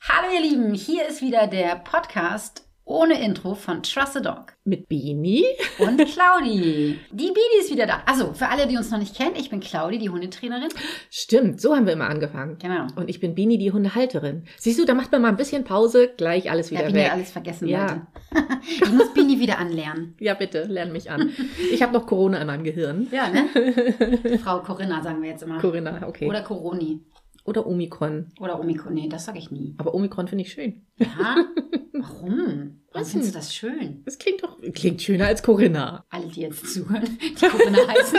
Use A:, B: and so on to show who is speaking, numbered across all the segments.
A: Hallo ihr Lieben, hier ist wieder der Podcast ohne Intro von Trust the Dog
B: Mit Bini?
A: und Claudi. Die Bini ist wieder da. Also, für alle, die uns noch nicht kennen, ich bin Claudi, die Hundetrainerin.
B: Stimmt, so haben wir immer angefangen.
A: Genau.
B: Und ich bin Bini, die Hundehalterin. Siehst du, da macht man mal ein bisschen Pause, gleich alles
A: Da
B: wieder
A: bin ich
B: weg.
A: alles vergessen,
B: Ja.
A: Leute. Ich muss Bini wieder anlernen.
B: Ja, bitte, lern mich an. Ich habe noch Corona in meinem Gehirn.
A: Ja, ne? Frau Corinna sagen wir jetzt immer.
B: Corinna, okay. Oder,
A: Oder Coroni.
B: Omikron.
A: Oder Omikron. Nee, das sage ich nie.
B: Aber Omikron finde ich schön.
A: Ja? Warum? Warum
B: Weiß
A: findest
B: nicht.
A: du das schön?
B: Das klingt doch, klingt schöner als Corinna.
A: Alle, die jetzt zuhören, die Corinna heißen.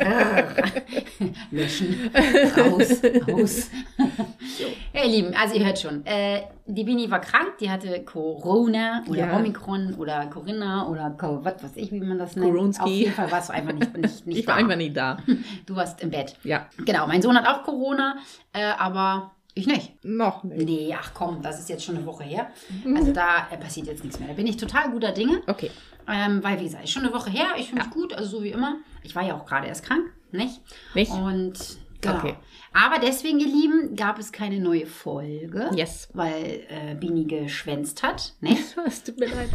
B: Ah.
A: Löschen. Raus. Raus. Ja, ihr Lieben, also ihr hört schon. Äh, die Bini war krank, die hatte Corona oder
B: Ja.
A: Omikron oder Corinna oder Co was weiß ich, wie man das nennt.
B: Koronski.
A: Auf jeden Fall warst du einfach nicht, nicht, nicht
B: Ich war
A: da.
B: einfach nie da.
A: Du warst im Bett.
B: Ja,
A: Genau, mein Sohn hat auch Corona, äh, aber ich nicht.
B: noch nicht.
A: Nee, ach komm, das ist jetzt schon eine Woche her. Also da äh, passiert jetzt nichts mehr. Da bin ich total guter Dinge,
B: Okay.
A: ähm, weil wie gesagt, ist schon eine Woche her. Ich fühle mich gut, also so wie immer. Ich war ja auch gerade erst krank, nicht?
B: Nicht?
A: Und genau.
B: Okay.
A: Aber deswegen, ihr Lieben, gab es keine neue Folge.
B: Yes.
A: Weil äh, Bini geschwänzt hat, nicht?
B: Es tut mir leid.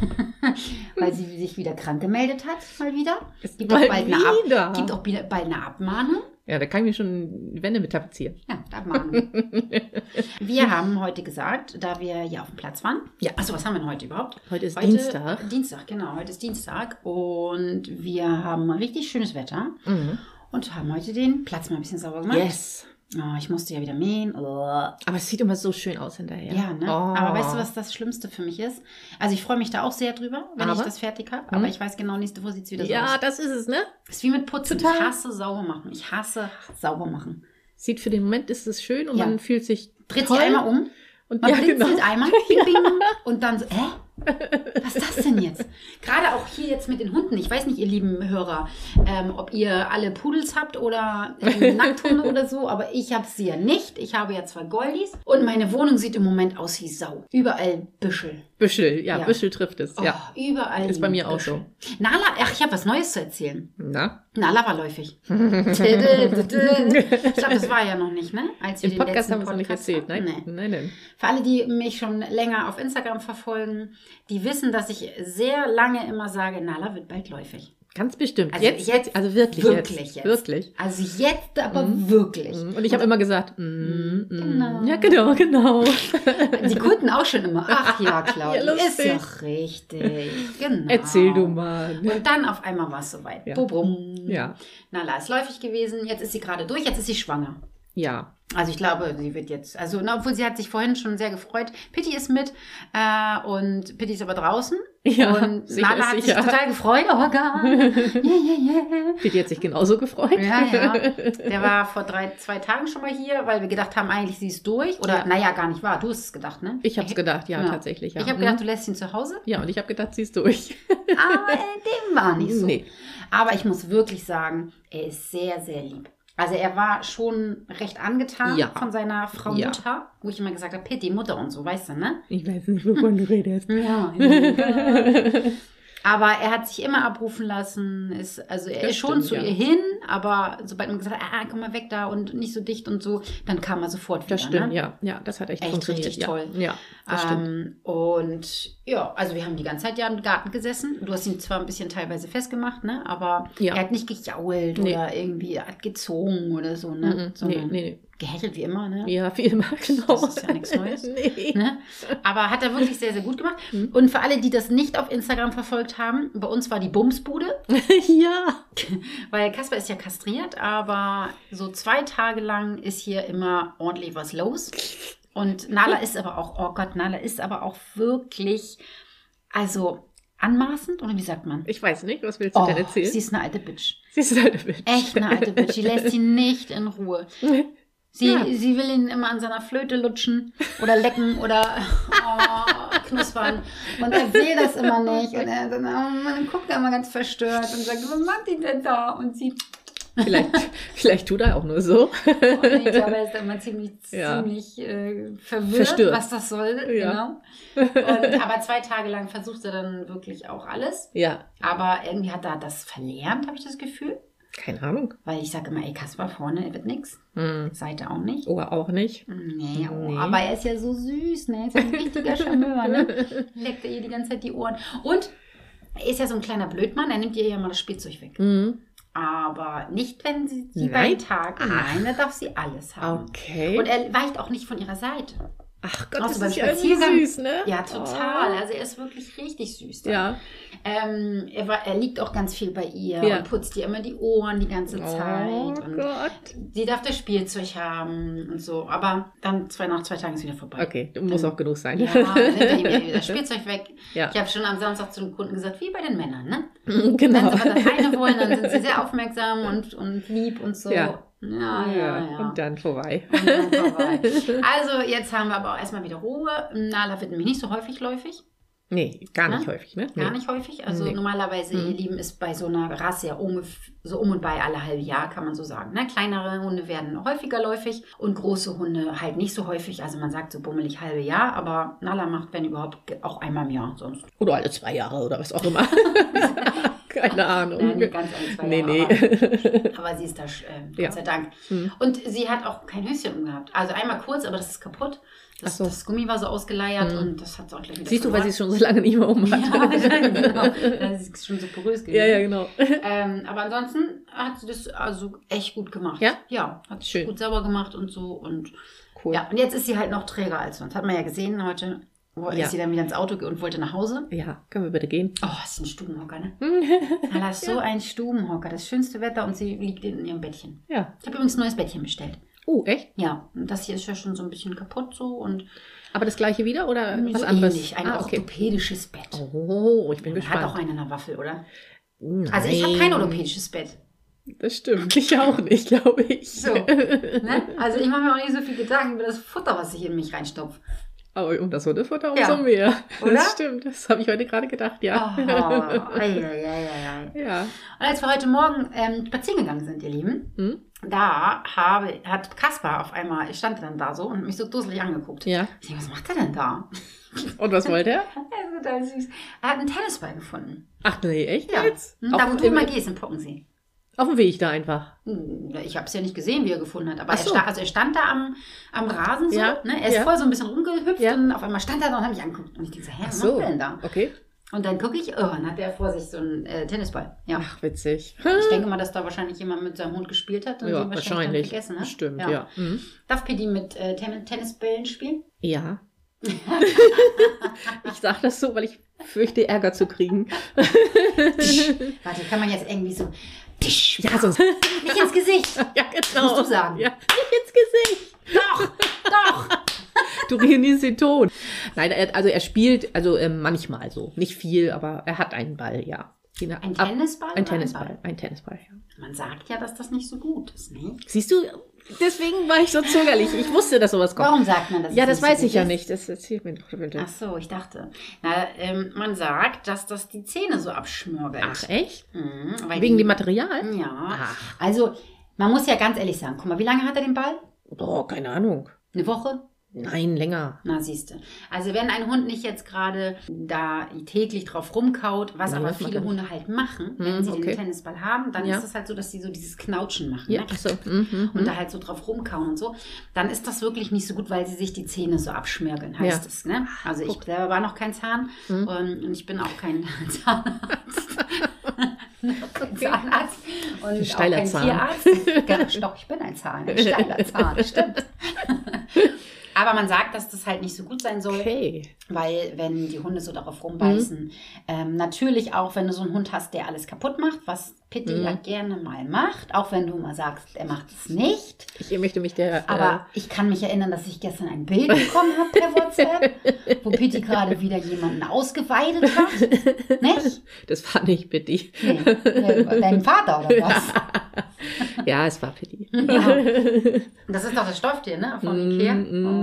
A: Weil sie sich wieder krank gemeldet hat, mal wieder.
B: Es
A: Gibt auch
B: mal
A: bald, eine Ab
B: wieder.
A: gibt auch wieder bald eine Abmahnung.
B: Ja, da kann ich mir schon die Wände mit tapezieren.
A: Ja, da Abmahnung. wir haben heute gesagt, da wir ja auf dem Platz waren.
B: Ja.
A: Achso, was haben wir denn heute überhaupt?
B: Heute ist
A: Heute-
B: Dienstag.
A: Dienstag, genau. Heute ist Dienstag und wir haben richtig schönes Wetter
B: Mhm.
A: und haben heute den Platz mal ein bisschen sauber gemacht.
B: Yes.
A: Oh, ich musste ja wieder mähen. Oh.
B: Aber es sieht immer so schön aus hinterher.
A: Ja, ne?
B: Oh.
A: Aber weißt du, was das Schlimmste für mich ist? Also ich freue mich da auch sehr drüber, wenn ich
B: Aber?
A: das fertig habe.
B: Hm?
A: Aber ich weiß genau, nächste Woche sieht es wieder so
B: Oh. Ja,
A: aus.
B: das ist es, ne?
A: Ist wie mit Putzen. Ich
B: Total.
A: hasse sauber machen. Ich hasse sauber machen.
B: Sieht für den Moment ist es schön und
A: Ja.
B: man fühlt sich
A: Dreht
B: toll.
A: sich einmal um.
B: Und
A: Man
B: ja,
A: blinzelt
B: genau.
A: einmal. Bing, bing, Und dann so, hä? Was ist das denn jetzt? Gerade auch hier jetzt mit den Hunden. Ich weiß nicht, ihr lieben Hörer, ähm, ob ihr alle Pudels habt oder ähm, Nackthunde oder so, aber ich habe sie ja nicht. Ich habe ja zwei Goldies und meine Wohnung sieht im Moment aus wie Sau. Überall Büschel.
B: Büschel, ja,
A: Ja.
B: Büschel trifft es.
A: Oh,
B: Ja.
A: Überall.
B: Ist bei
A: liegen
B: mir auch
A: Büschel. Nala, ach, ich habe was Neues zu erzählen.
B: Na?
A: Nala war läufig. ich glaube, das war ja noch nicht, ne? Als wir den
B: Im Podcast
A: letzten
B: haben wir es noch nicht
A: Podcast
B: erzählt, ne? nein?
A: hatten. Nee.
B: Nein, nein.
A: Für alle, die mich schon länger auf Instagram verfolgen, die wissen, dass ich sehr lange immer sage, Nala wird bald läufig.
B: Ganz bestimmt.
A: Also
B: jetzt,
A: jetzt-
B: jetzt, also wirklich,
A: wirklich
B: jetzt.
A: jetzt.
B: Wirklich.
A: Also jetzt aber wirklich.
B: Mhm. Und ich habe immer gesagt, mm, mm,
A: Genau.
B: ja, genau, genau.
A: Die Kunden auch schon immer, ach ja, Claudia,
B: Ja,
A: ist
B: lustig.
A: ja richtig. Genau.
B: Erzähl du mal.
A: Und dann auf einmal war es soweit.
B: Ja.
A: Bum, bum.
B: Ja,
A: Nala ist läufig gewesen, jetzt ist sie gerade durch, jetzt ist sie schwanger.
B: ja.
A: Also ich glaube, sie wird jetzt, also na, obwohl sie hat sich vorhin schon sehr gefreut. Pitti ist mit äh, und Pitti ist aber draußen.
B: Ja,
A: und
B: sicher
A: Nala
B: ist
A: hat sich
B: sicher.
A: total gefreut. Oh Gott, yeah, yeah, yeah.
B: Pitti hat sich genauso gefreut.
A: Ja, ja. Der war vor drei, zwei Tagen schon mal hier, weil wir gedacht haben, eigentlich sie ist durch. Oder,
B: Ja.
A: naja, gar nicht wahr. Du hast es gedacht, ne?
B: Ich habe es gedacht, ja,
A: Ja.
B: tatsächlich. Ja.
A: Ich habe
B: Mhm.
A: gedacht, du lässt ihn zu Hause.
B: ja, und ich habe gedacht, sie ist durch.
A: Aber äh, dem war nicht so.
B: Nee.
A: Aber ich muss wirklich sagen, er ist sehr, sehr lieb. Also er war schon recht angetan
B: Ja.
A: von seiner Frau
B: Ja.
A: Mutter, wo ich immer gesagt habe, Pitti, Mutter und so, weißt du, ne?
B: Ich weiß nicht, wovon du redest.
A: Ja. aber er hat sich immer abrufen lassen, ist, also er
B: Das
A: ist schon
B: stimmt,
A: zu
B: ja.
A: ihr hin, aber sobald man gesagt hat, ah, komm mal weg da und nicht so dicht und so, dann kam er sofort wieder.
B: Das stimmt,
A: ne?
B: ja. Ja, das hat echt,
A: Echt
B: funktioniert.
A: richtig
B: ja.
A: toll.
B: Ja, das stimmt.
A: Ähm, und ja, also wir haben die ganze Zeit ja im Garten gesessen. Du hast ihn zwar ein bisschen teilweise festgemacht, ne? Aber
B: Ja.
A: er hat nicht gejault
B: Nee.
A: oder irgendwie hat gezogen oder so, ne?
B: Mhm. Nee,
A: Sondern
B: nee,
A: gehechelt wie immer, ne?
B: nee. Ja, viel mehr, genau.
A: Das ist ja nichts Neues.
B: nee.
A: Ne? Aber hat er wirklich sehr, sehr gut gemacht.
B: Mhm.
A: Und für alle, die das nicht auf Instagram verfolgt haben, bei uns war die Bumsbude,
B: ja.
A: weil Kasper ist ja kastriert, aber so zwei Tage lang ist hier immer ordentlich was los. Und Nala ist aber auch, oh Gott, Nala ist aber auch wirklich, also anmaßend oder wie sagt man?
B: Ich weiß nicht, was willst du
A: Oh,
B: denn erzählen?
A: sie ist eine alte Bitch.
B: Sie ist halt Bitch.
A: Echt eine alte Bitch. Die lässt ihn nicht in Ruhe. Sie,
B: Ja.
A: sie will ihn immer an seiner Flöte lutschen oder lecken oder oh, knuspern. Und er will das immer nicht. Und er dann, oh, man guckt er immer ganz verstört und sagt, was macht die denn da? Und sie,
B: vielleicht, vielleicht tut er auch nur so.
A: oh, nee, ich glaube, er ist immer ziemlich,
B: Ja.
A: ziemlich äh, verwirrt,
B: Verstört.
A: was das soll.
B: Ja.
A: Genau. Und, aber zwei Tage lang versucht er dann wirklich auch alles.
B: Ja.
A: Aber irgendwie hat er das verlernt, habe ich das Gefühl.
B: Keine Ahnung.
A: Weil ich sage immer, ey, Kaspar, vorne wird nix.
B: Hm.
A: Seite auch nicht.
B: Ohr auch nicht.
A: Nee, oh,
B: Nee.
A: aber er ist ja so süß, ne? Er ist ja ein richtiger Charmeur, ne? Leckt er ihr die ganze Zeit die Ohren. Und er ist ja so ein kleiner Blödmann, er nimmt ihr ja mal das Spielzeug weg.
B: Hm.
A: Aber nicht, wenn sie sie
B: Nein?
A: bei Tag.
B: Ach.
A: Nein, da darf sie alles haben.
B: Okay.
A: Und er weicht auch nicht von ihrer Seite.
B: Ach Gott,
A: Auch
B: das
A: so beim
B: ist ja irgendwie
A: Spaziergang.
B: süß, ne?
A: Ja, total. Also er ist wirklich richtig süß.
B: Oh. Ja.
A: Ähm, er, war, er liegt auch ganz viel bei ihr
B: Ja.
A: und putzt ihr immer die Ohren die ganze Zeit.
B: Oh
A: und
B: Gott.
A: sie darf das Spielzeug haben und so. Aber dann zwei, nach zwei Tagen ist wieder vorbei.
B: Okay, muss auch genug sein.
A: Ja, nimmt er ihm wieder das Spielzeug weg.
B: Ja.
A: Ich habe schon am Samstag zu den Kunden gesagt, wie bei den Männern, ne? Wenn
B: genau.
A: sie was alleine wollen, dann sind sie sehr aufmerksam und, und lieb und so.
B: Ja.
A: ja, ja. ja.
B: Und dann vorbei.
A: Und dann vorbei. Also, jetzt haben wir aber auch erstmal wieder Ruhe. Nala wird nämlich nicht so häufig läufig.
B: Nee, gar nicht
A: Ne?
B: häufig, ne?
A: Gar
B: Nee.
A: nicht häufig. Also
B: Nee.
A: normalerweise,
B: Mhm.
A: ihr Lieben, ist bei so einer Rasse ja ungef- so um und bei alle halbe Jahr, kann man so sagen. Ne? Kleinere Hunde werden häufiger läufig und große Hunde halt nicht so häufig. Also man sagt so bummelig halbe Jahr, aber Nala macht, wenn überhaupt, ge- auch einmal im Jahr sonst.
B: Oder alle zwei Jahre oder was auch immer. Keine Ahnung.
A: Nein, nicht ganz alle zwei
B: nee,
A: Jahre.
B: nee.
A: Aber, aber sie ist da, sch- äh, Gott
B: Ja.
A: sei Dank.
B: Hm.
A: Und sie hat auch kein Höschen umgehabt. Also einmal kurz, aber das ist kaputt. Das,
B: Ach so.
A: das Gummi war so ausgeleiert
B: Hm.
A: und das hat sie auch gleich wieder
B: Siehst du, weil sie
A: verloren.
B: es schon so lange nicht mehr um hat.
A: ja, genau. Das ist schon so porös gewesen.
B: ja, ja, genau.
A: Ähm, aber ansonsten hat sie das also echt gut gemacht.
B: Ja?
A: Ja, hat sie
B: Schön.
A: gut sauber gemacht und so. Und
B: Cool.
A: ja, und jetzt ist sie halt noch träger als sonst. Hat man ja gesehen heute. Wo
B: Ja.
A: ist sie dann wieder ins Auto ge- und wollte nach Hause?
B: Ja, können wir bitte gehen?
A: Oh, ist ein Stubenhocker, ne? Nala ist so ein Stubenhocker. Das schönste Wetter und sie liegt in ihrem Bettchen.
B: ja.
A: Ich habe übrigens ein neues Bettchen bestellt.
B: Oh, echt?
A: Ja, und das hier ist ja schon so ein bisschen kaputt so und
B: Aber das gleiche wieder oder Äh, was
A: so
B: anderes?
A: ähnlich. Ein
B: ah, okay.
A: orthopädisches Bett.
B: Oh, ich bin gespannt. Oh,
A: Hat auch einer eine Waffel, oder?
B: Nein.
A: Also ich habe kein orthopädisches Bett.
B: Das stimmt. Ich auch nicht, glaube ich.
A: So. Ne? Also ich mache mir auch nicht so viel Gedanken über das Futter, was ich in mich reinstopfe.
B: Aber um das Hundefutter
A: Ja.
B: umso mehr.
A: Oder?
B: Das stimmt. Das habe ich heute gerade gedacht, ja.
A: Oh, ei, ei, ei, ei. ei.
B: Ja.
A: Und als wir heute Morgen ähm, spazieren gegangen sind, ihr Lieben,
B: Hm?
A: da habe, hat Kaspar auf einmal, ich stand dann da so und mich so dusselig angeguckt.
B: Ja.
A: Ich denke, was macht er denn da?
B: Und was wollte er?
A: Er ist total süß. Er hat einen Tennisball gefunden.
B: Ach nee, echt
A: Ja.
B: jetzt?
A: Hm,
B: Auf,
A: Da, wo du
B: dem,
A: immer gehst, in Pockensee.
B: auf dem Weg da einfach.
A: Hm, Ich habe es ja nicht gesehen, wie er gefunden hat. Aber
B: Ach so.
A: er, sta also er stand da am, am Rasen so.
B: Ja,
A: Ne? Er ist
B: ja.
A: voll so ein bisschen rumgehüpft
B: Ja.
A: und auf einmal stand er da und hat mich angeguckt. Und ich denke, so, hä, was macht er denn da?
B: Okay.
A: Und dann gucke ich, oh, dann hat er vor sich so einen äh, Tennisball. Ja.
B: Ach, witzig.
A: Ich denke mal, dass da wahrscheinlich jemand mit seinem Hund gespielt hat und den
B: Äh. ja,
A: wahrscheinlich,
B: wahrscheinlich.
A: dann vergessen ne? hat.
B: Stimmt, ja. Ja. Mhm.
A: Darf Pedi mit äh, Ten Tennisbällen spielen?
B: ja. ich sag das so, weil ich fürchte, Ärger zu kriegen.
A: Tisch. Warte, kann man jetzt irgendwie so Tisch,
B: Ja, sonst.
A: nicht ins Gesicht.
B: Ja, genau.
A: Musst du sagen.
B: Ja, nicht ins Gesicht.
A: Doch, doch.
B: Du ruinierst den Ton. Nein, er, also er spielt, also ähm, manchmal so. Nicht viel, aber er hat einen Ball, ja. Je nach-
A: Ein
B: ab-
A: Tennisball?
B: Ein
A: oder
B: Tennisball, ein Tennisball, ja.
A: Ball? Man sagt ja, dass das nicht so gut ist, ne?
B: Siehst du, deswegen war ich so zögerlich. Ich wusste, dass sowas kommt.
A: Warum sagt man das?
B: Ja,
A: es
B: das
A: nicht so
B: weiß
A: gut
B: ich ja
A: ist?
B: nicht. Das erzählt mir doch bitte.
A: Ach so, ich dachte. Na, ähm, man sagt, dass das die Zähne so abschmürgelt.
B: Ach, echt?
A: Mhm, weil
B: Wegen
A: die-
B: dem Material?
A: Ja.
B: Ach.
A: Also, man muss ja ganz ehrlich sagen, guck mal, wie lange hat er den Ball?
B: Oh, keine Ahnung.
A: Eine Woche?
B: Nein, länger.
A: Na, siehste. Also, wenn ein Hund nicht jetzt gerade da täglich drauf rumkaut, was
B: Ja,
A: aber
B: das macht
A: viele
B: er
A: Hunde halt machen,
B: Hm,
A: wenn sie
B: okay.
A: den Tennisball haben, dann
B: Ja.
A: ist es halt so, dass sie so dieses Knautschen machen.
B: Ja,
A: ne?
B: ach so. Mhm,
A: Und
B: mhm.
A: da halt so drauf rumkauen und so, dann ist das wirklich nicht so gut, weil sie sich die Zähne so abschmirgeln, heißt
B: Ja.
A: es. Ne? Also ich
B: Guck.
A: selber war noch kein Zahn
B: Mhm.
A: und, und ich bin auch kein Zahnarzt. Noch kein
B: Okay.
A: Zahnarzt und
B: Steiler
A: auch kein
B: Zahn.
A: Tierarzt. Genau, doch, ich bin ein Zahn, ein steiler Zahn, stimmt. Aber man sagt, dass das halt nicht so gut sein soll,
B: Okay.
A: weil wenn die Hunde so
B: Mhm.
A: darauf rumbeißen, ähm, natürlich auch, wenn du so einen Hund hast, der alles kaputt macht, was Pitti
B: Mhm.
A: ja gerne mal macht, auch wenn du mal sagst, er macht es nicht.
B: Ich möchte mich der.
A: Aber ich kann mich erinnern, dass ich gestern ein Bild bekommen habe per WhatsApp, wo Pitti gerade wieder jemanden ausgeweidet hat. Nicht?
B: äh, das war nicht Pitti.
A: Nee. Äh, Dein Vater oder was?
B: Ja, es war Mhm. Pitti.
A: Ja. Das ist doch das Stofftier, ne?
B: Mhm,
A: Von Ikea.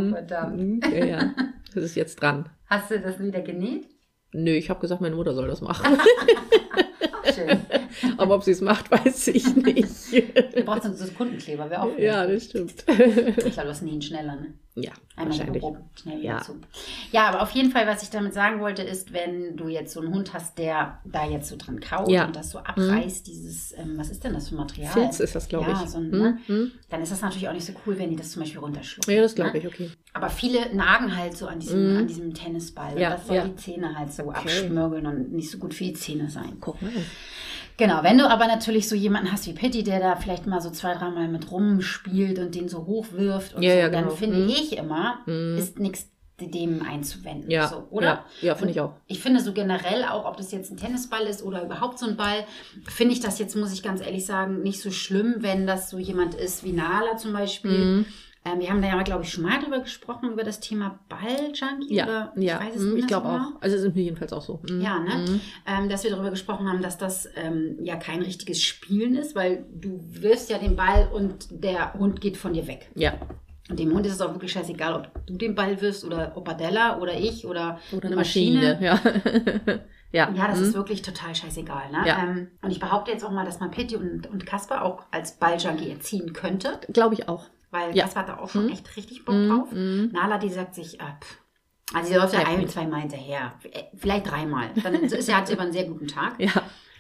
A: Oh, verdammt.
B: Mm, Ja, ja. Das ist jetzt dran.
A: Hast du das wieder genäht?
B: Nö, ich habe gesagt, meine Mutter soll das machen.
A: Ach, schön.
B: Aber ob sie es macht, weiß ich nicht.
A: Du brauchst so einen Sekundenkleber, wäre auch
B: ja, das stimmt.
A: Ich glaube, du hast nie einen schneller, ne?
B: Ja,
A: Einmal
B: wahrscheinlich.
A: gehoben, schnell wieder
B: Ja.
A: zu. Ja, aber auf jeden Fall, was ich damit sagen wollte, ist, wenn du jetzt so einen Hund hast, der da jetzt so dran kaut
B: Ja. Mhm.
A: und das so abreißt, dieses, ähm, was ist denn das für Material?
B: Filz ist das, glaube ich.
A: Ja, so ein,
B: Hm,
A: ne?
B: hm.
A: Dann ist das natürlich auch nicht so cool, wenn die das zum Beispiel runterschlucken.
B: Ja, das glaube ich, okay.
A: Aber viele nagen halt so an diesem,
B: Mhm.
A: an diesem Tennisball.
B: Ja,
A: und das soll
B: ja.
A: die Zähne halt so abschmörgeln und nicht so gut für die Zähne sein.
B: Guck mal.
A: Genau, wenn du aber natürlich so jemanden hast wie Pitti, der da vielleicht mal so zwei, dreimal mit rumspielt und den so hochwirft und
B: Ja,
A: so,
B: ja,
A: dann
B: genau.
A: finde
B: Mhm.
A: ich immer,
B: Mhm.
A: ist nichts dem einzuwenden.
B: Ja,
A: so, oder?
B: ja, ja, finde ich
A: Und
B: auch.
A: Ich finde so generell auch, ob das jetzt ein Tennisball ist oder überhaupt so ein Ball, finde ich das jetzt, muss ich ganz ehrlich sagen, nicht so schlimm, wenn das so jemand ist wie Nala zum Beispiel.
B: Mhm.
A: Ähm, wir haben da ja, glaube ich, schon mal drüber gesprochen, über das Thema Balljunkie.
B: Ja,
A: oder
B: ja.
A: ich weiß es
B: hm,
A: nicht
B: Ich
A: mehr so
B: glaube
A: genau.
B: auch. Also es ist mir jedenfalls auch so. Hm.
A: Ja, ne?
B: Hm.
A: Ähm, dass wir darüber gesprochen haben, dass das ähm, ja kein richtiges Spielen ist, weil du wirfst ja den Ball und der Hund geht von dir weg.
B: Ja.
A: Und dem Hund ist es auch wirklich scheißegal, ob du den Ball wirfst oder Opadella oder ich oder,
B: Oder eine Maschine. Ja. ja.
A: Ja, das
B: hm.
A: ist wirklich total scheißegal. Ne?
B: Ja.
A: Ähm, und ich behaupte jetzt auch mal, dass man Pitti und, und Kasper auch als Balljunkie erziehen könnte,
B: Glaube ich auch.
A: weil
B: Ja.
A: Kasper hat da auch schon
B: Mhm.
A: echt richtig Bock
B: Mhm,
A: drauf.
B: mhm.
A: Nala, die sagt sich, ah, pff. also sie läuft ja
B: Ja,
A: ein,
B: gut.
A: zweimal hinterher, Äh, vielleicht dreimal. Dann ist ja, hat sie aber einen sehr guten Tag.
B: Ja.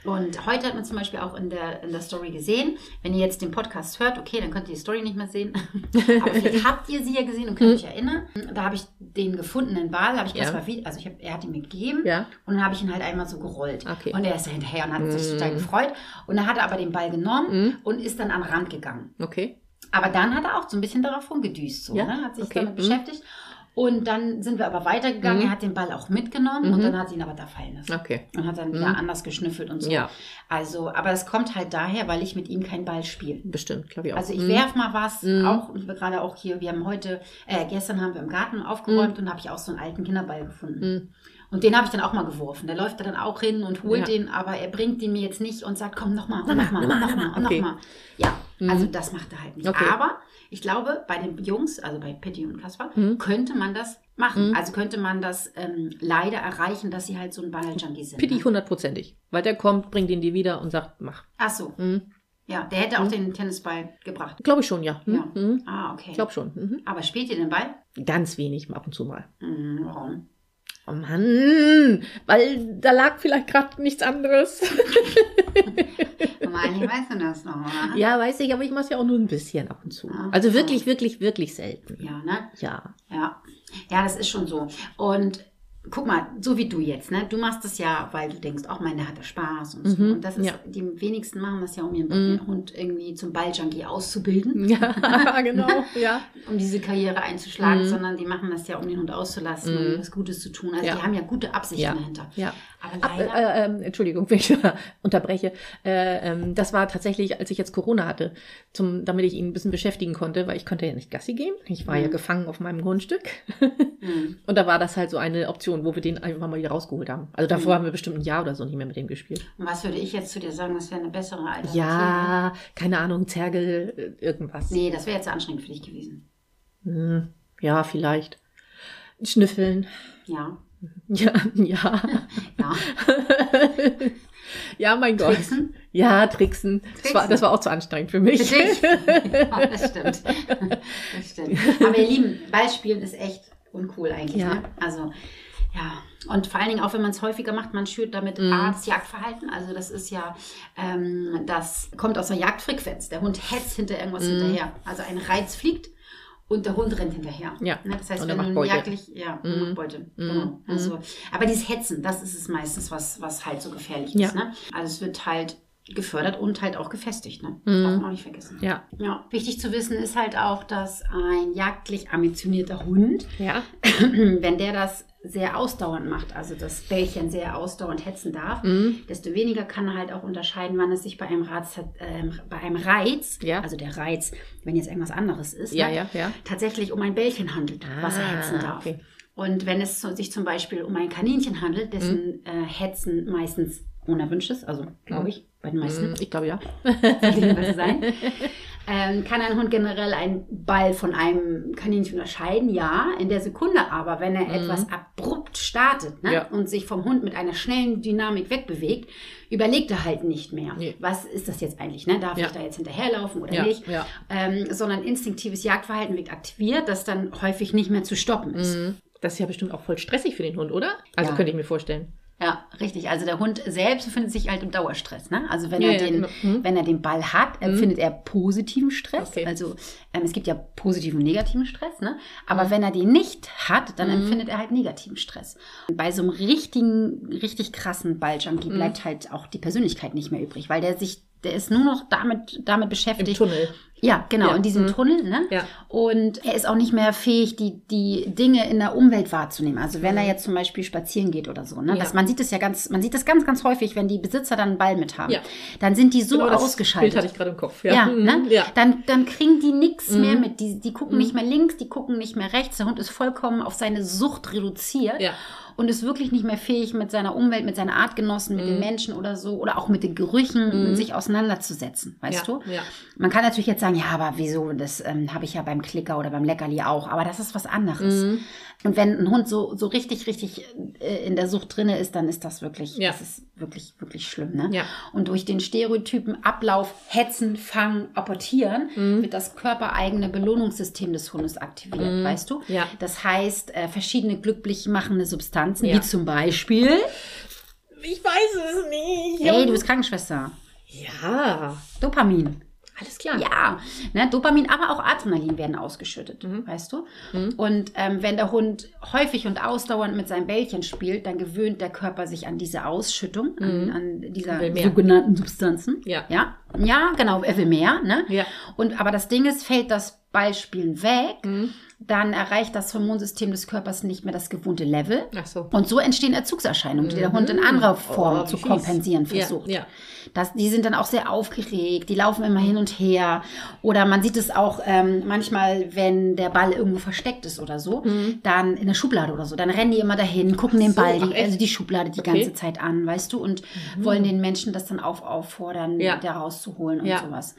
A: Und heute hat man zum Beispiel auch in der, in der Story gesehen, wenn ihr jetzt den Podcast hört, okay, dann könnt ihr die Story nicht mehr sehen. Aber vielleicht habt ihr sie ja gesehen und könnt euch erinnern. Da habe ich den gefundenen Ball, habe ich
B: Ja.
A: das mal wieder, also ich hab, er hat ihn mir gegeben
B: Ja.
A: und dann habe ich ihn halt einmal so gerollt.
B: Okay.
A: Und er ist da hinterher und hat sich
B: Mm.
A: total gefreut. Und dann hat er aber den Ball genommen
B: Hm.
A: und ist dann an den Rand gegangen.
B: Okay.
A: Aber dann hat er auch so ein bisschen darauf rumgedüst, so,
B: Ja,
A: ne? hat sich
B: okay,
A: damit
B: mhm.
A: beschäftigt. Und dann sind wir aber weitergegangen,
B: Mhm.
A: er hat den Ball auch mitgenommen und
B: Mhm.
A: dann hat sie ihn aber da fallen lassen.
B: Okay.
A: Und hat dann wieder
B: Mhm.
A: anders geschnüffelt und so.
B: Ja,
A: Also, aber es kommt halt daher, weil ich mit ihm keinen Ball spiele.
B: bestimmt, glaube ich auch.
A: Also ich
B: Hm.
A: werf mal was,
B: Mhm.
A: auch und wir gerade auch hier, wir haben heute, äh, gestern haben wir im Garten
B: Mhm.
A: aufgeräumt und habe ich auch so einen alten Kinderball gefunden.
B: Hm.
A: Und den habe ich dann auch mal geworfen. Da läuft er dann auch hin und holt
B: Ja.
A: den, aber er bringt den mir jetzt nicht und sagt, komm, nochmal, nochmal,
B: nochmal,
A: nochmal und
B: okay.
A: nochmal. Ja,
B: Mhm.
A: also das macht er halt nicht.
B: Okay.
A: Aber ich glaube, bei den Jungs, also bei Pitti und Kaspar,
B: Mhm.
A: könnte man das machen.
B: Mhm.
A: Also könnte man das ähm, leider erreichen, dass sie halt so ein Ball-Junkie sind.
B: Pitti
A: ne?
B: hundertprozentig. Weil der kommt, bringt ihn dir wieder und sagt, mach.
A: Ach so,
B: Hm.
A: ja, der hätte auch den Tennisball gebracht.
B: Glaube ich schon, ja. Hm.
A: Ja.
B: Hm.
A: Ah, okay.
B: Ich glaube schon. Mhm.
A: Aber spielt ihr den Ball?
B: Ganz wenig, ab und zu mal.
A: Hm, warum?
B: Oh Mann, weil da lag vielleicht gerade nichts anderes.
A: Manche weißt du das noch, oder?
B: Ja, weiß ich, aber ich mache es ja auch nur ein bisschen ab und zu.
A: Ah.
B: Also wirklich, wirklich, wirklich selten.
A: Ja, ne?
B: Ja.
A: Ja. Ja, das ist schon so. Und guck mal, so wie du jetzt, ne? Du machst das ja, weil du denkst, auch meine hat da Spaß und so.
B: Mhm,
A: Und das ist,
B: ja.
A: die wenigsten machen das ja, um ihren
B: Mhm.
A: Hund irgendwie zum Balljunkie auszubilden,
B: Ja, genau. Ja.
A: um diese Karriere einzuschlagen,
B: Mhm.
A: sondern die machen das ja, um den Hund auszulassen, um
B: Mhm.
A: ihm was Gutes zu tun. Also
B: Ja.
A: die haben ja gute Absichten
B: Ja.
A: dahinter.
B: ja.
A: Aber
B: Ab,
A: leider.
B: äh, ähm, Entschuldigung, wenn ich da unterbreche. Äh, ähm, das war tatsächlich, als ich jetzt Corona hatte, zum, damit ich ihn ein bisschen beschäftigen konnte, weil ich konnte ja nicht Gassi gehen. Ich war
A: Mhm.
B: ja gefangen auf meinem Grundstück. äh.
A: Hm.
B: Und da war das halt so eine Option, wo wir den einfach mal wieder rausgeholt haben. Also davor
A: Mhm.
B: haben wir bestimmt ein Jahr oder so nicht mehr mit dem gespielt.
A: Und was würde ich jetzt zu dir sagen, das wäre eine bessere Alternative?
B: Ja, keine Ahnung, Zergel, äh, irgendwas.
A: Nee, das wäre jetzt anstrengend für dich gewesen.
B: Hm, ja, vielleicht. Schnüffeln.
A: Ja.
B: Ja, ja.
A: Ja.
B: ja, mein Gott.
A: Wichsen?
B: Ja, tricksen. Das, war,
A: Tricksen.
B: das war auch zu anstrengend für mich.
A: Richtig. ja, das stimmt. Das stimmt. Aber ihr Lieben, Ballspielen ist echt uncool eigentlich.
B: Ja.
A: Ne? Also, ja. Und vor allen Dingen auch, wenn man es häufiger macht, man schürt damit
B: Mhm.
A: Arztjagdverhalten. Also das ist ja, ähm, das kommt aus einer Jagdfrequenz. Der Hund hetzt hinter irgendwas
B: Mhm.
A: hinterher. Also ein Reiz fliegt und der Hund rennt hinterher.
B: Ja.
A: Ne? Das heißt,
B: Und er
A: wenn
B: macht
A: du
B: Beute.
A: jagdlich, ja,
B: Mhm.
A: macht Beute. Genau.
B: Mhm.
A: Also, aber dieses Hetzen, das ist es meistens, was, was halt so gefährlich
B: Ja.
A: ist. Ne? Also es wird halt gefördert und halt auch gefestigt. Ne?
B: Mhm.
A: Darf man auch nicht vergessen.
B: Ja.
A: Ja, wichtig zu wissen ist halt auch, dass ein jagdlich ambitionierter Hund,
B: Ja.
A: wenn der das sehr ausdauernd macht, also das Bällchen sehr ausdauernd hetzen darf,
B: Mhm.
A: desto weniger kann er halt auch unterscheiden, wann es sich bei einem, Reiz, ähm, bei einem Reiz,
B: Ja.
A: also der Reiz, wenn jetzt irgendwas anderes ist,
B: Ja,
A: ne,
B: ja, ja.
A: tatsächlich um ein Bällchen handelt, was er
B: Ah,
A: hetzen darf.
B: okay.
A: Und wenn es so, sich zum Beispiel um ein Kaninchen handelt, dessen
B: Mhm.
A: äh, Hetzen meistens unerwünscht ist, also glaube ich, bei den meisten
B: Hm, Ich glaube ja.
A: jedenfalls sein. Ähm, kann ein Hund generell einen Ball von einem Kaninchen unterscheiden? Ja, in der Sekunde aber, wenn er etwas abrupt abrupt startet ne?
B: Mhm. Ja.
A: und sich vom Hund mit einer schnellen Dynamik wegbewegt, überlegt er halt nicht mehr,
B: Nee.
A: was ist das jetzt eigentlich, ne? darf
B: Ja.
A: ich da jetzt hinterherlaufen oder
B: Ja,
A: nicht,
B: ja.
A: Ähm, sondern instinktives Jagdverhalten wird aktiviert, das dann häufig nicht mehr zu stoppen ist.
B: Das ist ja bestimmt auch voll stressig für den Hund, oder? Also
A: Ja.
B: könnte ich mir vorstellen.
A: Ja, richtig. Also der Hund selbst befindet sich halt im Dauerstress. Ne? Also wenn,
B: Ja,
A: er
B: ja,
A: den,
B: genau. Mhm.
A: wenn er den Ball hat, empfindet er positiven Stress.
B: Okay.
A: Also ähm, es gibt ja positiven und negativen Stress. Ne? Aber
B: Hm.
A: wenn er den nicht hat, dann empfindet er halt negativen Stress. Und bei so einem richtigen, richtig krassen Balljunkie
B: Hm.
A: bleibt halt auch die Persönlichkeit nicht mehr übrig, weil der sich, der ist nur noch damit, damit
B: Im
A: beschäftigt,
B: Tunnel.
A: ja, genau,
B: Ja.
A: in diesem
B: Mhm.
A: Tunnel. Ne?
B: Ja.
A: Und er ist auch nicht mehr fähig, die, die Dinge in der Umwelt wahrzunehmen. Also wenn er jetzt zum Beispiel spazieren geht oder so. Ne?
B: Mhm. Ja.
A: Das, man sieht es ja ganz, man sieht das ganz, ganz häufig, wenn die Besitzer dann einen Ball mit haben.
B: Ja.
A: Dann sind die so
B: Genau das Bild hatte
A: ausgeschaltet.
B: ich gerade im Kopf.
A: Ja,
B: Mhm.
A: ne?
B: ja.
A: Dann, dann kriegen die nichts
B: Mhm.
A: mehr mit. Die, die gucken
B: Mhm.
A: nicht mehr links, die gucken nicht mehr rechts. Der Hund ist vollkommen auf seine Sucht reduziert
B: ja.
A: und ist wirklich nicht mehr fähig, mit seiner Umwelt, mit seinen Artgenossen, mit
B: Mhm.
A: den Menschen oder so oder auch mit den Gerüchen sich auseinanderzusetzen, weißt
B: ja.
A: du?
B: Ja.
A: Man kann natürlich jetzt sagen, ja, aber wieso, das ähm, habe ich ja beim Klicker oder beim Leckerli auch, aber das ist was anderes.
B: Mhm.
A: Und wenn ein Hund so, so richtig, richtig äh, in der Sucht drinne ist, dann ist das wirklich,
B: Ja.
A: das ist wirklich, wirklich schlimm. Ne?
B: Ja.
A: Und durch den Stereotypen Ablauf, Hetzen, Fangen, Apportieren
B: Mhm.
A: wird das körpereigene Belohnungssystem des Hundes aktiviert, weißt du?
B: Mhm. Ja.
A: Das heißt, äh, verschiedene glücklich machende Substanzen,
B: Ja.
A: wie zum Beispiel,
B: Ich weiß es nicht.
A: hey, du bist Krankenschwester,
B: ja,
A: Dopamin.
B: alles klar.
A: Ja, ne, Dopamin, aber auch Adrenalin werden ausgeschüttet,
B: Mhm.
A: weißt du? Und ähm, wenn der Hund häufig und ausdauernd mit seinem Bällchen spielt, dann gewöhnt der Körper sich an diese Ausschüttung, an, an dieser
B: Und Mhm. will mehr.
A: sogenannten Substanzen.
B: Ja.
A: ja. Ja, genau, er will mehr, ne?
B: Ja.
A: Und aber das Ding ist, fällt das Ballspielen weg,
B: Mhm.
A: dann erreicht das Hormonsystem des Körpers nicht mehr das gewohnte Level.
B: Ach so.
A: Und so entstehen Erzugserscheinungen, die der Hund in anderer Form
B: Oh, wie
A: zu
B: fies.
A: kompensieren
B: Ja,
A: versucht.
B: ja.
A: Das, die sind dann auch sehr aufgeregt, die laufen immer hin und her. Oder man sieht es auch ähm, manchmal, wenn der Ball irgendwo versteckt ist oder so, dann in der Schublade oder so, dann rennen die immer dahin, gucken den
B: so,
A: Ball,
B: Mhm. ach,
A: die,
B: echt?
A: also die Schublade die
B: Okay. Mhm.
A: ganze Zeit an, weißt du, und wollen den Menschen das dann auf, auffordern,
B: Ja.
A: da rauszuholen und
B: Ja. Mhm.
A: sowas.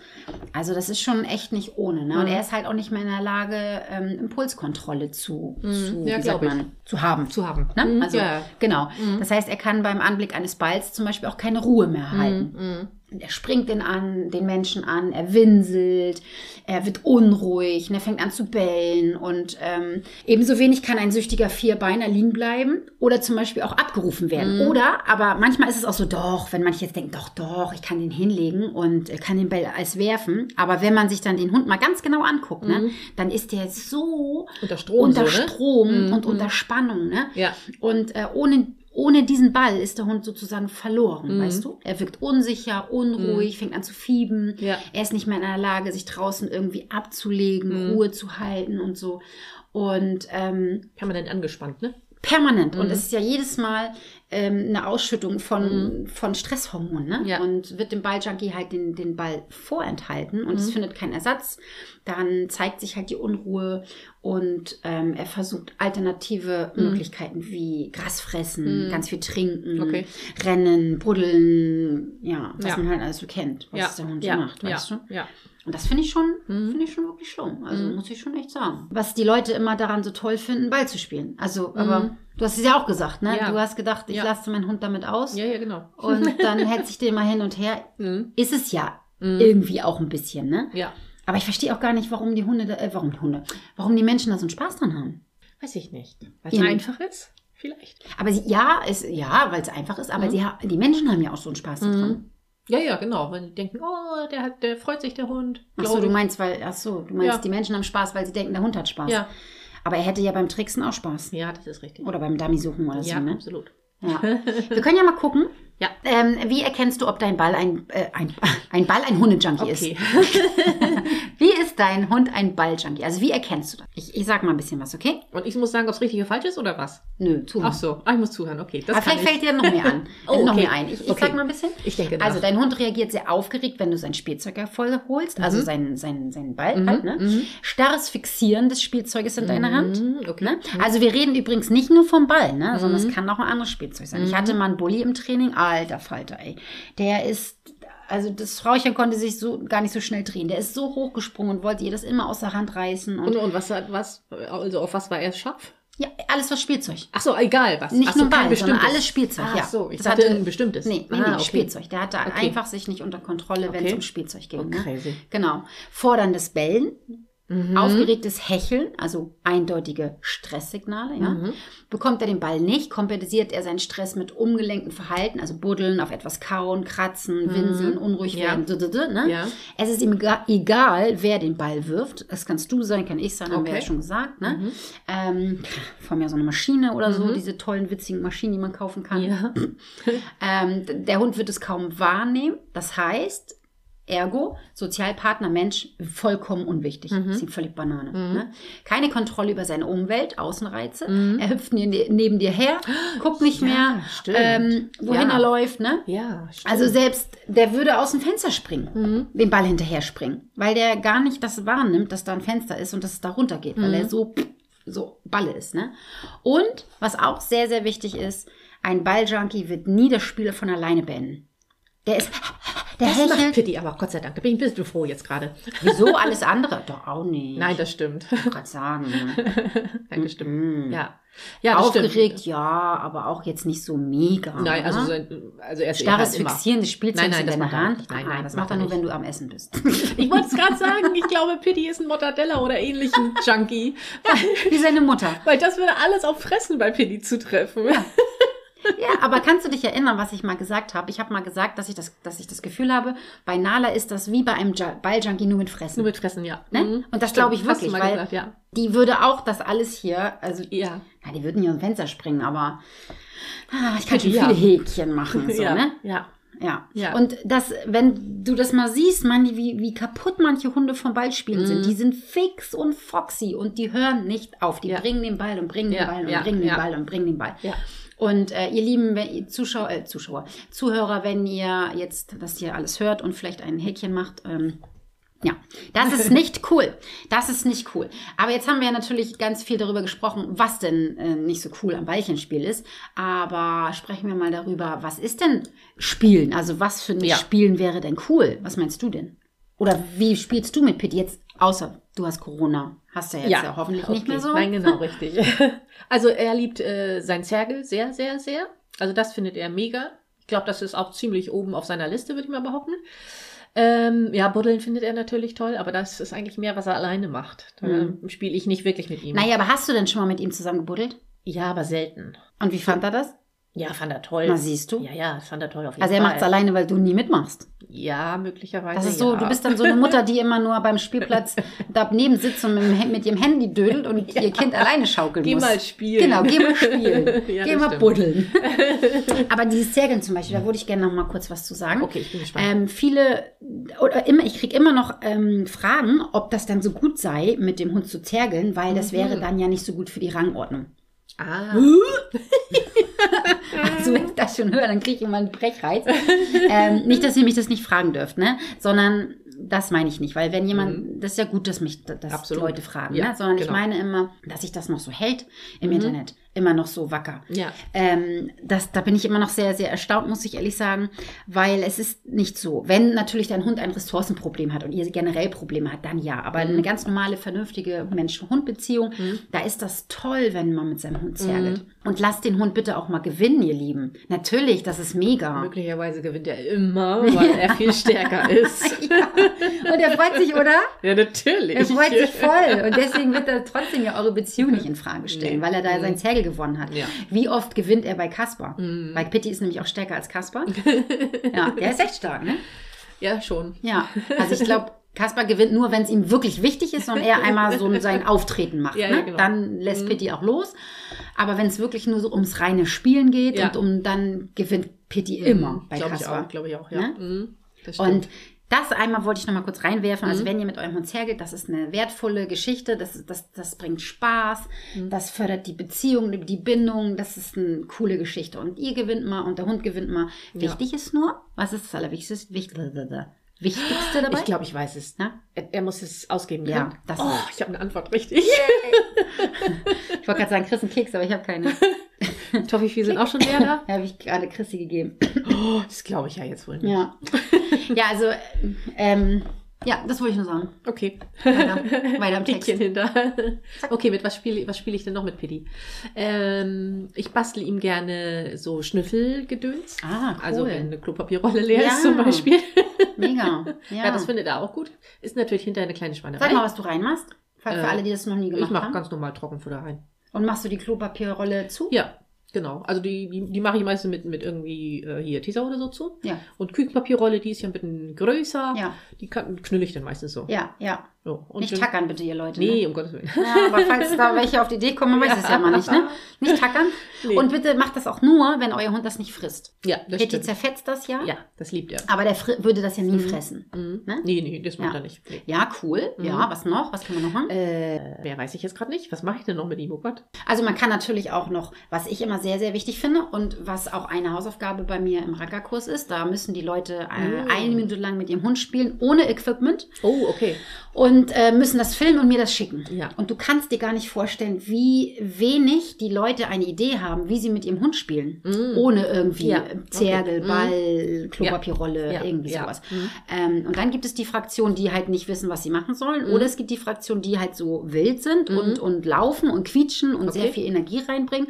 A: Also das ist schon echt nicht ohne. Ne? Und er ist halt auch nicht mehr in der Lage, ähm, Impulskontrolle zu, zu,
B: Mhm. Ja,
A: wie sagt
B: glaub ich.
A: man, zu haben.
B: Zu haben.
A: Ne?
B: Mhm,
A: Also,
B: ja. Mhm.
A: genau. Das heißt, er kann beim Anblick eines Balls zum Beispiel auch keine Ruhe mehr halten.
B: Mhm.
A: Und Er springt den an, den Menschen an, er winselt, er wird unruhig, ne, fängt an zu bellen und ähm, ebenso wenig kann ein süchtiger Vierbeiner liegen bleiben oder zum Beispiel auch abgerufen werden.
B: Mhm.
A: Oder, aber manchmal ist es auch so, doch, wenn manche jetzt denken, doch, doch, ich kann den hinlegen und äh, kann den Ball als werfen. Aber wenn man sich dann den Hund mal ganz genau anguckt, ne, dann ist der so
B: Mhm. Unter Strom
A: unter
B: so, ne?
A: Strom und unter Spannung. Ne?
B: Ja.
A: Und äh, ohne, ohne diesen Ball ist der Hund sozusagen verloren, weißt du? Er wirkt unsicher, unruhig, fängt an zu fieben.
B: Ja.
A: Er ist nicht mehr in der Lage, sich draußen irgendwie abzulegen, Ruhe zu halten und so. Und ähm,
B: Permanent angespannt, ne?
A: Permanent. Und es ist ja jedes Mal ähm, eine Ausschüttung von, von Stresshormonen. Ne?
B: Mhm. Ja.
A: Und wird dem Balljunkie halt den, den Ball vorenthalten und
B: Mhm.
A: es findet keinen Ersatz. Dann zeigt sich halt die Unruhe und ähm, er versucht alternative
B: Mhm.
A: Möglichkeiten wie Gras fressen, ganz viel trinken,
B: Okay.
A: rennen, buddeln, ja, was
B: Ja.
A: man halt alles so kennt, was der Hund so macht,
B: ja,
A: weißt du?
B: ja.
A: Und das finde ich schon, finde ich schon wirklich schlimm. Also muss ich schon echt sagen. Mhm. Was die Leute immer daran so toll finden, Ball zu spielen. Also, aber du hast es ja auch gesagt, ne?
B: Ja.
A: Du hast gedacht, ich
B: Ja.
A: lasse meinen Hund damit aus.
B: Ja, ja, genau.
A: Und dann hetze ich den mal hin und her.
B: Mhm.
A: Ist es ja irgendwie auch ein bisschen, ne?
B: hm. Ja.
A: Aber ich verstehe auch gar nicht, warum die Hunde, da, äh, warum die Hunde, warum die Menschen da so einen Spaß dran haben.
B: Weiß ich nicht. Weil
A: Ja.
B: einfach ist? Vielleicht.
A: Aber sie, ja, es, ja, weil es einfach ist, aber sie, ha- die Menschen haben ja auch so einen Spaß dran.
B: Ja, ja, genau. Weil die denken, oh, der, hat, der freut sich, der Hund.
A: Ach so,
B: Glaub
A: du
B: ich.
A: meinst, weil, ach so, du meinst,
B: Ja.
A: die Menschen haben Spaß, weil sie denken, der Hund hat Spaß.
B: Ja.
A: Aber er hätte ja beim Tricksen auch Spaß.
B: ja, das ist richtig.
A: Oder beim Dummy suchen oder
B: ja,
A: so, Oh, ne?
B: absolut.
A: Ja. Wir können ja mal gucken.
B: Ja.
A: Ähm, wie erkennst du, ob dein Ball ein, äh, ein, ein Ball ein Hundejunkie
B: Okay.
A: ist? Wie ist dein Hund ein Balljunkie? Also wie erkennst du das? Ich, ich sag mal ein bisschen was, okay?
B: Und ich muss sagen, ob es richtig oder falsch ist oder was?
A: Nö, zu.
B: Ach so, ah, ich muss zuhören. Okay, das
A: Aber
B: kann
A: vielleicht fällt
B: ich.
A: dir noch mehr an.
B: Oh,
A: Noch
B: okay.
A: mehr ein. Ich, ich
B: Okay.
A: sag mal ein bisschen.
B: Ich denke nach.
A: Also dein Hund reagiert sehr aufgeregt, wenn du sein Spielzeug hervorholst,
B: Mhm.
A: also seinen, seinen, seinen Ball halt, ne? Starres Fixieren des Spielzeuges in deiner Hand.
B: Mhm, okay.
A: Ne? Also wir reden übrigens nicht nur vom Ball, ne? sondern es kann auch ein anderes Spielzeug sein. Ich hatte mal einen Bulli im Training, alter Falter, ey. Der ist, also das Frauchen konnte sich so gar nicht so schnell drehen. Der ist so hochgesprungen und wollte ihr das immer aus der Hand reißen. Und,
B: Und, und was, hat- was, also auf was war er scharf?
A: Ja, alles was Spielzeug.
B: Ach so, egal was.
A: Nicht
B: Ach so,
A: nur
B: kein
A: Ball, sondern
B: bestimmtes.
A: alles Spielzeug.
B: Ach
A: ja.
B: so, ich
A: Das
B: dachte
A: hatte-
B: ein bestimmtes.
A: Nee, nee,
B: Ah,
A: nee
B: okay.
A: Spielzeug. Der hatte einfach sich nicht unter Kontrolle, wenn es
B: Okay.
A: um Spielzeug ging.
B: Oh,
A: Ne?
B: crazy.
A: Genau. Forderndes Bellen,
B: Mhm.
A: aufgeregtes Hecheln, also eindeutige Stresssignale. Ja?
B: Mhm.
A: Bekommt er den Ball nicht, kompensiert er seinen Stress mit umgelenktem Verhalten, also buddeln, auf etwas kauen, kratzen,
B: Mhm.
A: winseln, unruhig
B: Ja.
A: werden. d- d- d- Ne?
B: Ja.
A: Es ist ihm ega- egal, wer den Ball wirft. Das kannst du sein, kann ich sein, haben wir
B: Okay.
A: ja schon gesagt. Ne?
B: Mhm.
A: Ähm, von mir so eine Maschine oder so,
B: Mhm.
A: diese tollen, witzigen Maschinen, die man kaufen kann.
B: Ja.
A: Ähm, d- der Hund wird es kaum wahrnehmen. Das heißt, ergo, Sozialpartner Mensch vollkommen unwichtig.
B: Mhm.
A: Ist ihm völlig Banane.
B: Mhm.
A: Ne? Keine Kontrolle über seine Umwelt, Außenreize.
B: Mhm.
A: Er hüpft nie- neben dir her, guckt nicht
B: Ja,
A: mehr,
B: stimmt.
A: ähm, wohin
B: Ja.
A: er läuft. Ne?
B: Ja, stimmt.
A: Also selbst der würde aus dem Fenster springen,
B: Mhm.
A: dem Ball hinterher springen, weil der gar nicht das wahrnimmt, dass da ein Fenster ist und dass es da runter geht, weil
B: Mhm.
A: er so so Balle ist, ne? Und was auch sehr sehr wichtig ist, ein Balljunkie wird nie das Spiel von alleine beenden. Der ist der
B: das macht
A: hechelt
B: Pitti, aber Gott sei Dank, da bin ich ein bisschen froh jetzt gerade.
A: wieso alles andere doch auch nicht.
B: Nein, das stimmt.
A: ich gerade sagen. ne?
B: Nein, das stimmt.
A: Mhm.
B: Ja. Ja, das
A: Aufgeregt,
B: stimmt.
A: ja, aber auch jetzt nicht so mega.
B: Nein, also,
A: ne?
B: so- also er ist
A: starres
B: eh halt
A: Fixieren des Spielzeugs
B: Nein, nein,
A: in
B: das
A: deiner
B: macht er
A: Hand.
B: nicht. Nein,
A: Ah,
B: nein,
A: das
B: das
A: macht
B: macht
A: er
B: er
A: nur,
B: nicht.
A: wenn du am Essen bist.
B: Immer. Ich wollte es gerade sagen, ich glaube, Pitti ist ein Mortadella oder ähnlichen Junkie.
A: Wie seine Mutter.
B: Weil das würde alles auf Fressen bei Pitti zutreffen.
A: Ja, aber kannst du dich erinnern, was ich mal gesagt habe? Ich habe mal gesagt, dass ich, das, dass ich das Gefühl habe, bei Nala ist das wie bei einem Ju- Balljunkie nur mit Fressen.
B: Nur mit Fressen, ja.
A: Ne?
B: Mhm.
A: Und das glaube ich
B: Stimmt, hast
A: wirklich,
B: du mal
A: weil-
B: gesagt, ja.
A: die würde auch das alles hier, also
B: Ja.
A: na, die würden hier aus dem Fenster springen, aber ah, ich kann schon
B: Ja.
A: viele Häkchen machen. So,
B: ja.
A: ne?
B: ja.
A: Ja.
B: Ja.
A: Und das, wenn du das mal siehst, meine, wie, wie kaputt manche Hunde vom Ballspielen
B: Mhm.
A: sind. Die sind fix und foxy und die hören nicht auf. Die
B: Ja.
A: bringen den Ball und bringen
B: Ja,
A: den Ball und
B: ja,
A: bringen den
B: ja.
A: Ball und bringen den Ball.
B: Ja.
A: Und äh, ihr lieben wenn ihr Zuschauer, äh, Zuschauer, Zuhörer, wenn ihr jetzt das hier alles hört und vielleicht ein Häkchen macht, ähm, ja, das ist nicht cool. Das ist nicht cool. Aber jetzt haben wir ja natürlich ganz viel darüber gesprochen, was denn äh, nicht so cool am Ballchenspiel ist. Aber sprechen wir mal darüber, was ist denn Spielen? Also was für ein
B: Ja.
A: Spielen wäre denn cool? Was meinst du denn? Oder wie spielst du mit Pitti jetzt? Außer du hast Corona. Hast du ja jetzt ja, hoffentlich nicht
B: okay.
A: mehr so.
B: Nein, genau, richtig. Also er liebt äh, sein Zergel sehr, sehr, sehr. Also das findet er mega. Ich glaube, das ist auch ziemlich oben auf seiner Liste, würde ich mal behaupten. Ähm, ja, Buddeln findet er natürlich toll, aber das ist eigentlich mehr, was er alleine macht. Da
A: Mhm.
B: spiele ich nicht wirklich mit ihm.
A: Naja, aber hast du denn schon mal mit ihm zusammen gebuddelt?
B: Ja, aber selten.
A: Und wie fand er das?
B: Ja, fand er toll.
A: Na, siehst du.
B: Ja, ja, das fand er toll auf jeden
A: Also er
B: Fall.
A: macht es alleine, weil du nie mitmachst.
B: Ja, möglicherweise.
A: Das ist Also so,
B: ja.
A: du bist dann so eine Mutter, die immer nur beim Spielplatz daneben sitzt und mit, dem Hand- mit ihrem Handy dödelt und ihr Kind alleine schaukeln
B: Geh
A: muss.
B: mal spielen.
A: Genau, geh mal spielen.
B: Ja,
A: geh
B: das
A: mal
B: stimmt.
A: buddeln. Aber dieses Zergeln zum Beispiel, da würde ich gerne noch mal kurz was zu sagen.
B: Okay, ich bin gespannt.
A: Ähm, viele oder immer, ich kriege immer noch ähm, Fragen, ob das dann so gut sei, mit dem Hund zu zergeln, weil das
B: Mhm.
A: wäre dann ja nicht so gut für die Rangordnung.
B: ah,
A: Also wenn ich das schon höre, dann kriege ich immer einen Brechreiz. ähm, nicht, dass ihr mich das nicht fragen dürft, ne? Sondern das meine ich nicht, weil wenn jemand, das ist ja gut, dass mich dass
B: Mhm. Absolut.
A: Leute fragen,
B: Ja,
A: ne? Sondern ich
B: genau. Mhm.
A: meine immer, dass ich das noch so hält im Internet, immer noch so wacker.
B: ja.
A: Ähm, das, da bin ich immer noch sehr, sehr erstaunt, muss ich ehrlich sagen, weil es ist nicht so. Wenn natürlich dein Hund ein Ressourcenproblem hat und ihr generell Probleme hat, dann ja.
B: Mhm.
A: Aber eine ganz normale, vernünftige Mensch-Hund-Beziehung, da ist das toll, wenn man mit seinem Hund zergelt. Und lasst den Hund bitte auch mal gewinnen, ihr Lieben. Natürlich, das ist mega.
B: Möglicherweise gewinnt er immer, weil er viel stärker ist.
A: Ja. Und er freut sich, oder?
B: Ja, natürlich.
A: Er freut sich voll. Und deswegen wird er trotzdem ja eure Beziehung nicht in Frage stellen,
B: Nee. Mhm.
A: weil er da sein Zergel gewonnen hat.
B: Ja. Mhm.
A: Wie oft gewinnt er bei Kasper? Weil Pitti ist nämlich auch stärker als Kasper. ja, der ist echt stark, ne?
B: Ja, schon.
A: Ja. Also ich glaube, Kasper gewinnt nur, wenn es ihm wirklich wichtig ist und er einmal so sein Auftreten macht.
B: Ja,
A: ne?
B: ja, genau.
A: Dann lässt Pitti auch los. Aber wenn es wirklich nur so ums reine Spielen geht
B: Ja.
A: und um dann gewinnt Pitti immer bei
B: Glaube Mhm. ich
A: Kasper.
B: auch, glaube ich auch, ja.
A: Ne?
B: Mhm, das stimmt.
A: Und das einmal wollte ich noch mal kurz reinwerfen. Also
B: Mhm.
A: wenn ihr mit eurem Hund hergeht, das ist eine wertvolle Geschichte. Das, das, das bringt Spaß.
B: Mhm.
A: Das fördert die Beziehung, die Bindung. Das ist eine coole Geschichte. Und ihr gewinnt mal und der Hund gewinnt mal.
B: Ja.
A: Wichtig ist nur, was ist das Allerwichtigste Wichtigste, Wichtigste dabei?
B: ich glaube, ich weiß es.
A: Na?
B: Er, er muss es ausgeben.
A: Ja,
B: ne?
A: das-
B: oh, ich habe eine Antwort richtig.
A: Ich wollte gerade sagen, Chris einen Keks, aber ich habe keine.
B: Toffifee sind auch schon mehr da.
A: Da habe ich gerade Chrissy gegeben.
B: ne? Oh, das glaube ich ja jetzt wohl nicht.
A: Ja. ja, also ähm, Ja, das wollte ich nur sagen.
B: Okay.
A: Weiter, weiter im Text.
B: Häkchen hinter. Okay, mit was spiele was spiele ich denn noch mit Pitti? Ähm, ich bastle ihm gerne so Schnüffelgedöns.
A: Ah, cool.
B: Also wenn eine Klopapierrolle leer
A: Ja.
B: ist zum Beispiel.
A: Mega. Ja.
B: Ja. das findet er auch gut. Ist natürlich hinterher eine kleine Schweinerei.
A: Sag mal, was du reinmachst. Für,
B: Äh,
A: für alle, die das noch nie
B: ich
A: gemacht
B: mache
A: haben.
B: ganz normal Trockenfutter rein.
A: Und machst du die Klopapierrolle zu?
B: Ja, genau. Also die, die, die mache ich meistens mit, mit irgendwie äh, hier Tesa oder so zu.
A: Ja.
B: Und Küchenpapierrolle, die ist ja ein bisschen größer.
A: Ja,
B: Die kann, knülle ich dann meistens so.
A: ja, ja.
B: so. Und
A: Nicht
B: dann-
A: tackern bitte, ihr Leute.
B: Nee, um Gottes Willen.
A: Ne? Ja, aber falls da welche auf die Idee kommen, man weiß es ja mal nicht, ne? Nicht tackern.
B: Nee.
A: Und bitte macht das auch nur, wenn euer Hund das nicht frisst.
B: ja, das
A: Kitty
B: stimmt.
A: zerfetzt das ja,
B: Ja, das liebt er.
A: aber der fri- würde das ja nie
B: Mhm.
A: fressen.
B: Mhm.
A: Ne?
B: Nee, nee, das macht
A: Ja.
B: er nicht. Nee.
A: Ja, cool.
B: Mhm.
A: Ja, was noch? Was kann man noch machen?
B: Äh, mehr weiß ich jetzt gerade nicht. Was mache ich denn noch mit ihm? Oh Gott.
A: Also man kann natürlich auch noch, was ich immer sehr, sehr wichtig finde und was auch eine Hausaufgabe bei mir im Rackerkurs ist, da müssen die Leute äh,
B: Mm.
A: eine Minute lang mit ihrem Hund spielen, ohne Equipment
B: Oh, okay.
A: und äh, müssen das filmen und mir das schicken.
B: Ja.
A: Und du kannst dir gar nicht vorstellen, wie wenig die Leute eine Idee haben, wie sie mit ihrem Hund spielen.
B: Mhm.
A: Ohne irgendwie
B: Ja,
A: Zergel,
B: okay. Mm.
A: Ball, Klopapierrolle, irgendwie sowas.
B: Mhm.
A: Ähm, und dann gibt es die Fraktion, die halt nicht wissen, was sie machen sollen.
B: Mhm.
A: Oder es gibt die Fraktion, die halt so wild sind
B: Mhm.
A: und, und laufen und quietschen und
B: Okay.
A: sehr viel Energie reinbringen.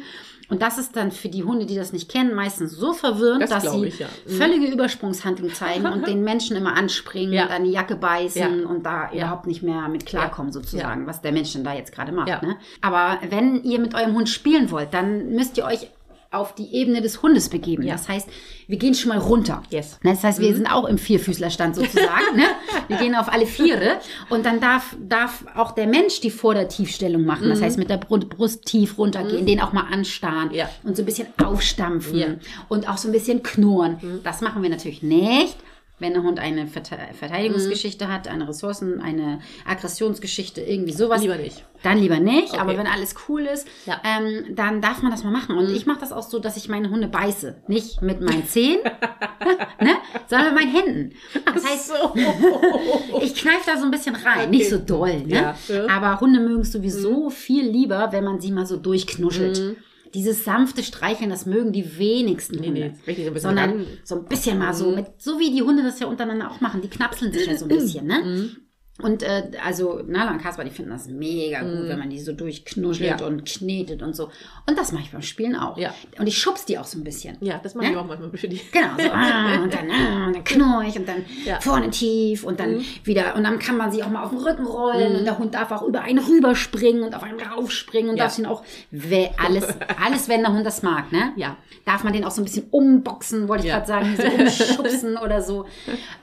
A: Und das ist dann für die Hunde, die das nicht kennen, meistens so verwirrend,
B: Das
A: dass
B: glaube
A: sie
B: ich, ja. Mhm.
A: völlige Übersprungshandlung zeigen und den Menschen immer anspringen,
B: Ja.
A: dann die Jacke beißen
B: Ja.
A: und da überhaupt nicht mehr mit klarkommen, sozusagen, was der Mensch denn da jetzt gerade macht.
B: Ja.
A: Ne? Aber wenn ihr mit eurem Hund spielen wollt, dann müsst ihr euch auf die Ebene des Hundes begeben.
B: Ja.
A: Das heißt, wir gehen schon mal runter.
B: Yes. Mhm.
A: Ne, Das heißt, wir sind auch im Vierfüßlerstand sozusagen. ne? Wir gehen auf alle Viere. Und dann darf, darf auch der Mensch die Vordertiefstellung machen.
B: Mhm.
A: Das heißt, mit der Bru- Brust tief runtergehen, den auch mal anstarren
B: Ja.
A: und so ein bisschen aufstampfen
B: Ja. Mhm.
A: und auch so ein bisschen knurren. Das machen wir natürlich nicht. Wenn der Hund eine Verte- Verteidigungsgeschichte
B: Mhm.
A: hat, eine Ressourcen, eine Aggressionsgeschichte, irgendwie sowas.
B: Lieber nicht.
A: Dann lieber nicht,
B: Okay.
A: aber wenn alles cool ist,
B: Ja. Mhm.
A: ähm, dann darf man das mal machen. Und ich mache das auch so, dass ich meine Hunde beiße. Nicht mit meinen Zehen, ne, sondern mit meinen Händen. Das heißt, ich kneife da so ein bisschen rein. Nicht so doll, ne?
B: Ja. Ja. Mhm.
A: Aber Hunde mögen es sowieso viel lieber, wenn man sie mal so durchknuschelt. Dieses sanfte Streicheln, das mögen die wenigsten
B: Nee,
A: Hunde.
B: nee, richtig so ein bisschen
A: sondern
B: ran. Mhm.
A: so ein bisschen mal so, mit, so wie die Hunde das ja untereinander auch machen, die knapseln sich ja so ein bisschen, ne?
B: Mhm.
A: Und äh, also Nala und Kaspar, die finden das mega gut, wenn man die so durchknuschelt
B: Mhm. Ja.
A: und knetet und so. Und das mache ich beim Spielen auch.
B: Ja.
A: Und ich schubs die auch so ein bisschen.
B: Ja, das mache ich
A: Ne?
B: auch manchmal für die.
A: Genau, so, ah, und dann, ah, und dann knurr ich und dann
B: Ja. Mhm.
A: vorne tief und dann wieder, und dann kann man sie auch mal auf den Rücken rollen und der Hund darf auch über einen rüberspringen und auf einen raufspringen und
B: Ja.
A: darf ihn auch, we- alles, alles, wenn der Hund das mag, ne?
B: Ja.
A: Darf man den auch so ein bisschen umboxen, wollte ich
B: Ja.
A: gerade sagen, so umschubsen oder so.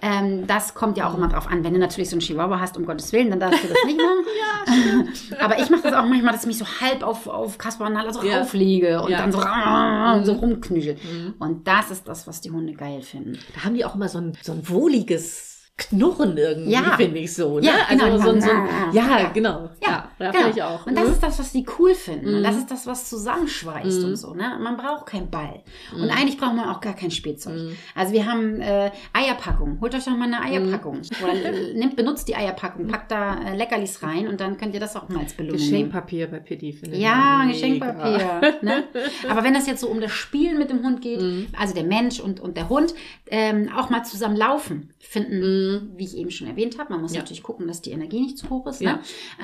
A: Ähm, das kommt ja auch immer drauf an. Wenn du natürlich so einen Chihuahua hast, um Gottes Willen, dann darfst du das nicht machen. Aber ich mache das auch manchmal, dass ich mich so halb auf, auf Kaspar und Nala so
B: Ja.
A: auflege und
B: Ja. Mhm.
A: dann so, rah, so rumknüchel. Und das ist das, was die Hunde geil finden.
B: Da haben die auch immer so ein, so ein wohliges Knurren irgendwie,
A: Ja.
B: finde ich so. Ne?
A: Ja, genau.
B: Also so, ein- so ein,
A: ah, Ja.
B: ja, genau. Ja, ja, finde ich auch.
A: Und das
B: Mhm.
A: ist das, was die cool finden. Und das ist das, was zusammenschweißt
B: Mhm.
A: und so. Ne? Man braucht keinen Ball. Und eigentlich braucht man auch gar kein Spielzeug.
B: Mhm.
A: Also wir haben äh, Eierpackung. Holt euch doch mal eine Eierpackung. Oder äh, nehmt, benutzt die
B: Mhm.
A: Eierpackung, packt da äh, Leckerlis rein und dann könnt ihr das auch mal als Belohnung nehmen.
B: Geschenkpapier bei Pitti, finde ich.
A: Ja,
B: mega.
A: Geschenkpapier. Ne? Aber wenn das jetzt so um das Spielen mit dem Hund geht,
B: Mhm.
A: also der Mensch und, und der Hund, ähm, auch mal zusammen laufen,
B: Mhm.
A: finden, wie ich eben schon erwähnt habe, man muss
B: Ja.
A: natürlich gucken, dass die Energie nicht zu hoch ist. Ne?
B: Ja.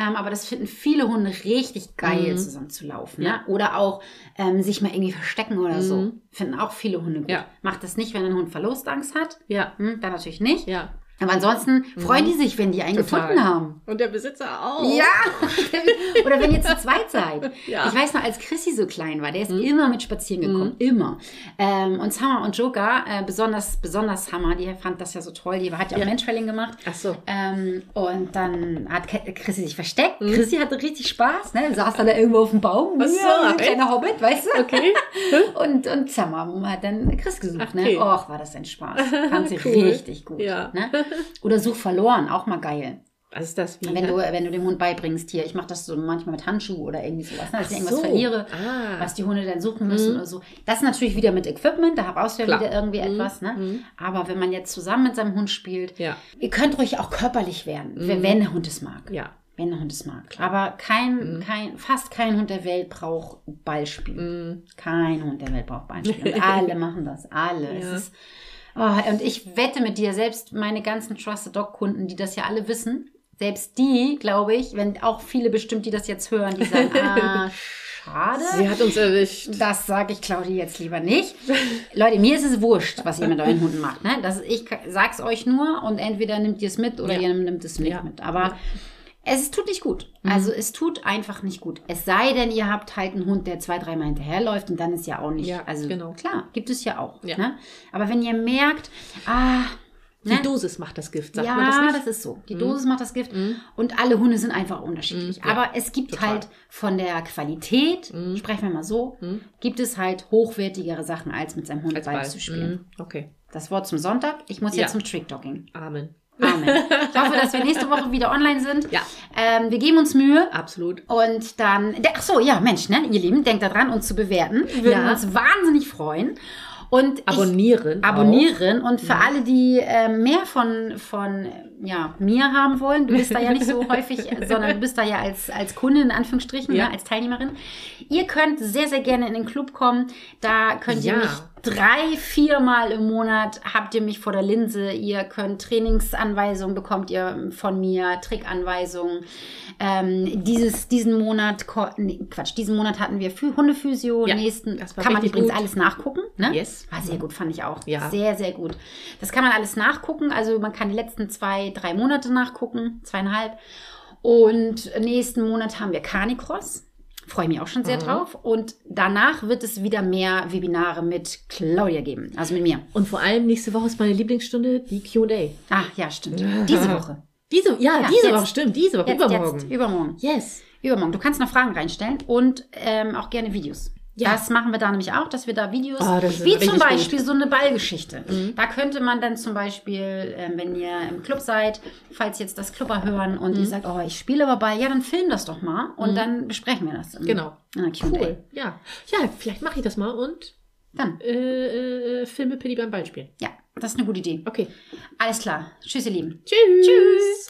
B: Mhm.
A: Ähm, aber das finden viele Hunde richtig geil, zusammen zu laufen. Ne?
B: Ja. Mhm.
A: Oder auch ähm, sich mal irgendwie verstecken oder so. Finden auch viele Hunde gut.
B: Ja.
A: Macht das nicht, wenn ein Hund Verlustangst hat.
B: Ja,
A: Hm, dann natürlich nicht.
B: ja. Mhm.
A: Aber ansonsten freuen die sich, wenn die einen
B: Total.
A: gefunden haben.
B: Und der Besitzer auch.
A: Ja, oder wenn ihr zu zweit seid.
B: Ja. Mhm.
A: Ich weiß noch, als Chrissy so klein war, der ist immer mit spazieren gekommen, immer. Ähm, und Summer und Joker, äh, besonders, besonders Summer, die fand das ja so toll, die hat ja auch Menschwelling gemacht.
B: Ach so.
A: Ähm, und dann hat Ke- Chrissy sich versteckt. Chrissy hatte richtig Spaß, ne? Saß dann da irgendwo auf dem Baum.
B: Mhm. Ach so,
A: ja, ein
B: echt?
A: kleiner Hobbit, weißt du?
B: Okay. Hm?
A: Und, und Summer hat dann Chris gesucht,
B: Okay.
A: ne? Och, war das ein Spaß. Fand sie
B: Cool.
A: richtig gut.
B: Ja.
A: Ne? Oder Such verloren, auch mal geil.
B: Was ist das wie?
A: Wenn du, wenn du dem Hund beibringst, hier, ich mache das so manchmal mit Handschuh oder irgendwie sowas, ne, dass ich
B: Ach
A: irgendwas
B: so.
A: verliere,
B: Ah. Mhm.
A: was die Hunde dann suchen müssen oder so. Das ist natürlich wieder mit Equipment, da brauchst du ja
B: Klar. Mhm.
A: wieder irgendwie etwas. Ne? Aber wenn man jetzt zusammen mit seinem Hund spielt,
B: Ja.
A: ihr könnt ruhig auch körperlich werden, wenn, wenn der Hund es mag.
B: Ja.
A: Wenn der Hund es mag. Aber kein, kein, fast kein Hund der Welt braucht Ballspiel. Kein Hund der Welt braucht Ballspiel. Und alle machen das, alle. Es ist, Ah, und ich wette mit dir, selbst meine ganzen Trusted Dog Kunden, die das ja alle wissen, selbst die, glaube ich, wenn auch viele bestimmt, die das jetzt hören, die sagen, ah, schade.
B: Sie hat uns erwischt.
A: Das sage ich Claudia jetzt lieber nicht. Leute, mir ist es wurscht, was ihr mit euren Hunden macht. Ne? Das, ich ka- sag's euch nur und entweder nehmt ihr es mit oder
B: Ja.
A: ihr nimmt es nicht
B: Ja. Mhm.
A: mit. Aber es tut nicht gut. Also es tut einfach nicht gut. Es sei denn, ihr habt halt einen Hund, der zwei, dreimal hinterherläuft und dann ist ja auch nicht.
B: Ja,
A: also
B: genau.
A: klar, gibt es ja auch.
B: Ja.
A: Ne? Aber wenn ihr merkt, ah,
B: Die
A: ne?
B: Dosis macht das Gift, sagt
A: ja,
B: man das nicht?
A: ist so. Die Dosis macht das Gift. Und alle Hunde sind einfach unterschiedlich.
B: Mhm, ja,
A: Aber es gibt
B: total.
A: halt von der Qualität,
B: Mhm.
A: sprechen wir mal so,
B: Mhm.
A: gibt es halt hochwertigere Sachen, als mit seinem Hund
B: Als
A: Ball,
B: Ball.
A: zu spielen.
B: Mhm. Okay.
A: Das Wort zum Sonntag. Ich muss
B: Ja.
A: jetzt zum Trickdogging.
B: Amen.
A: Amen. ich hoffe, dass wir nächste Woche wieder online sind.
B: Ja.
A: Ähm, wir geben uns Mühe.
B: Absolut.
A: Und dann, ach so, ja, Mensch, ne, ihr Lieben, denkt daran, uns zu bewerten. Wir würden
B: Ja.
A: uns wahnsinnig freuen. Und ich,
B: Abonnieren.
A: abonnieren. Und für alle, die äh, mehr von, von äh, ja, mir haben wollen, du bist da ja nicht so häufig, äh, sondern du bist da ja als, als Kunde in Anführungsstrichen,
B: Ja.
A: ne, als Teilnehmerin. Ihr könnt sehr, sehr gerne in den Club kommen. Da könnt ihr
B: Ja.
A: mich drei, viermal im Monat habt ihr mich vor der Linse. Ihr könnt Trainingsanweisungen bekommt ihr von mir, Trickanweisungen. Ähm, dieses, diesen Monat, ko- nee, Quatsch, diesen Monat hatten wir Fü- Hundephysio,
B: Ja,
A: nächsten,
B: das war
A: kann man
B: richtig
A: übrigens
B: gut.
A: alles nachgucken. Ne?
B: Yes.
A: War sehr gut, fand ich auch.
B: Mhm. Ja.
A: Sehr, sehr gut. Das kann man alles nachgucken. Also man kann die letzten zwei, drei Monate nachgucken, zweieinhalb. Und nächsten Monat haben wir Carnicross. Freue mich auch schon sehr
B: Mhm.
A: drauf. Und danach wird es wieder mehr Webinare mit Claudia geben. Also mit mir.
B: Und vor allem nächste Woche ist meine Lieblingsstunde die Q&A.
A: Ah, ja, stimmt. Diese Woche.
B: Diese, ja,
A: Ja,
B: diese
A: jetzt.
B: Woche, stimmt, diese Woche,
A: Jetzt,
B: übermorgen.
A: Jetzt, übermorgen.
B: Yes.
A: Übermorgen. Du kannst noch Fragen reinstellen und ähm, auch gerne Videos.
B: Ja.
A: Das machen wir da nämlich auch, dass wir da Videos,
B: Ah, das ist
A: wie zum
B: richtig Mhm.
A: Beispiel so eine Ballgeschichte. Da könnte man dann zum Beispiel, ähm, wenn ihr im Club seid, falls jetzt das Clubber hören und
B: Mhm.
A: ihr sagt, oh, ich spiele aber Ball, ja, dann film das doch mal und dann besprechen wir das. im-
B: Genau.
A: In der Q&A.
B: Cool. Ja. Ja, vielleicht mache ich das mal und
A: Dann,
B: äh, äh, filme Piddy beim Ballspielen.
A: ja, das ist eine gute Idee.
B: Okay.
A: Alles klar. Tschüss, ihr Lieben.
B: Tschüss. Tschüss.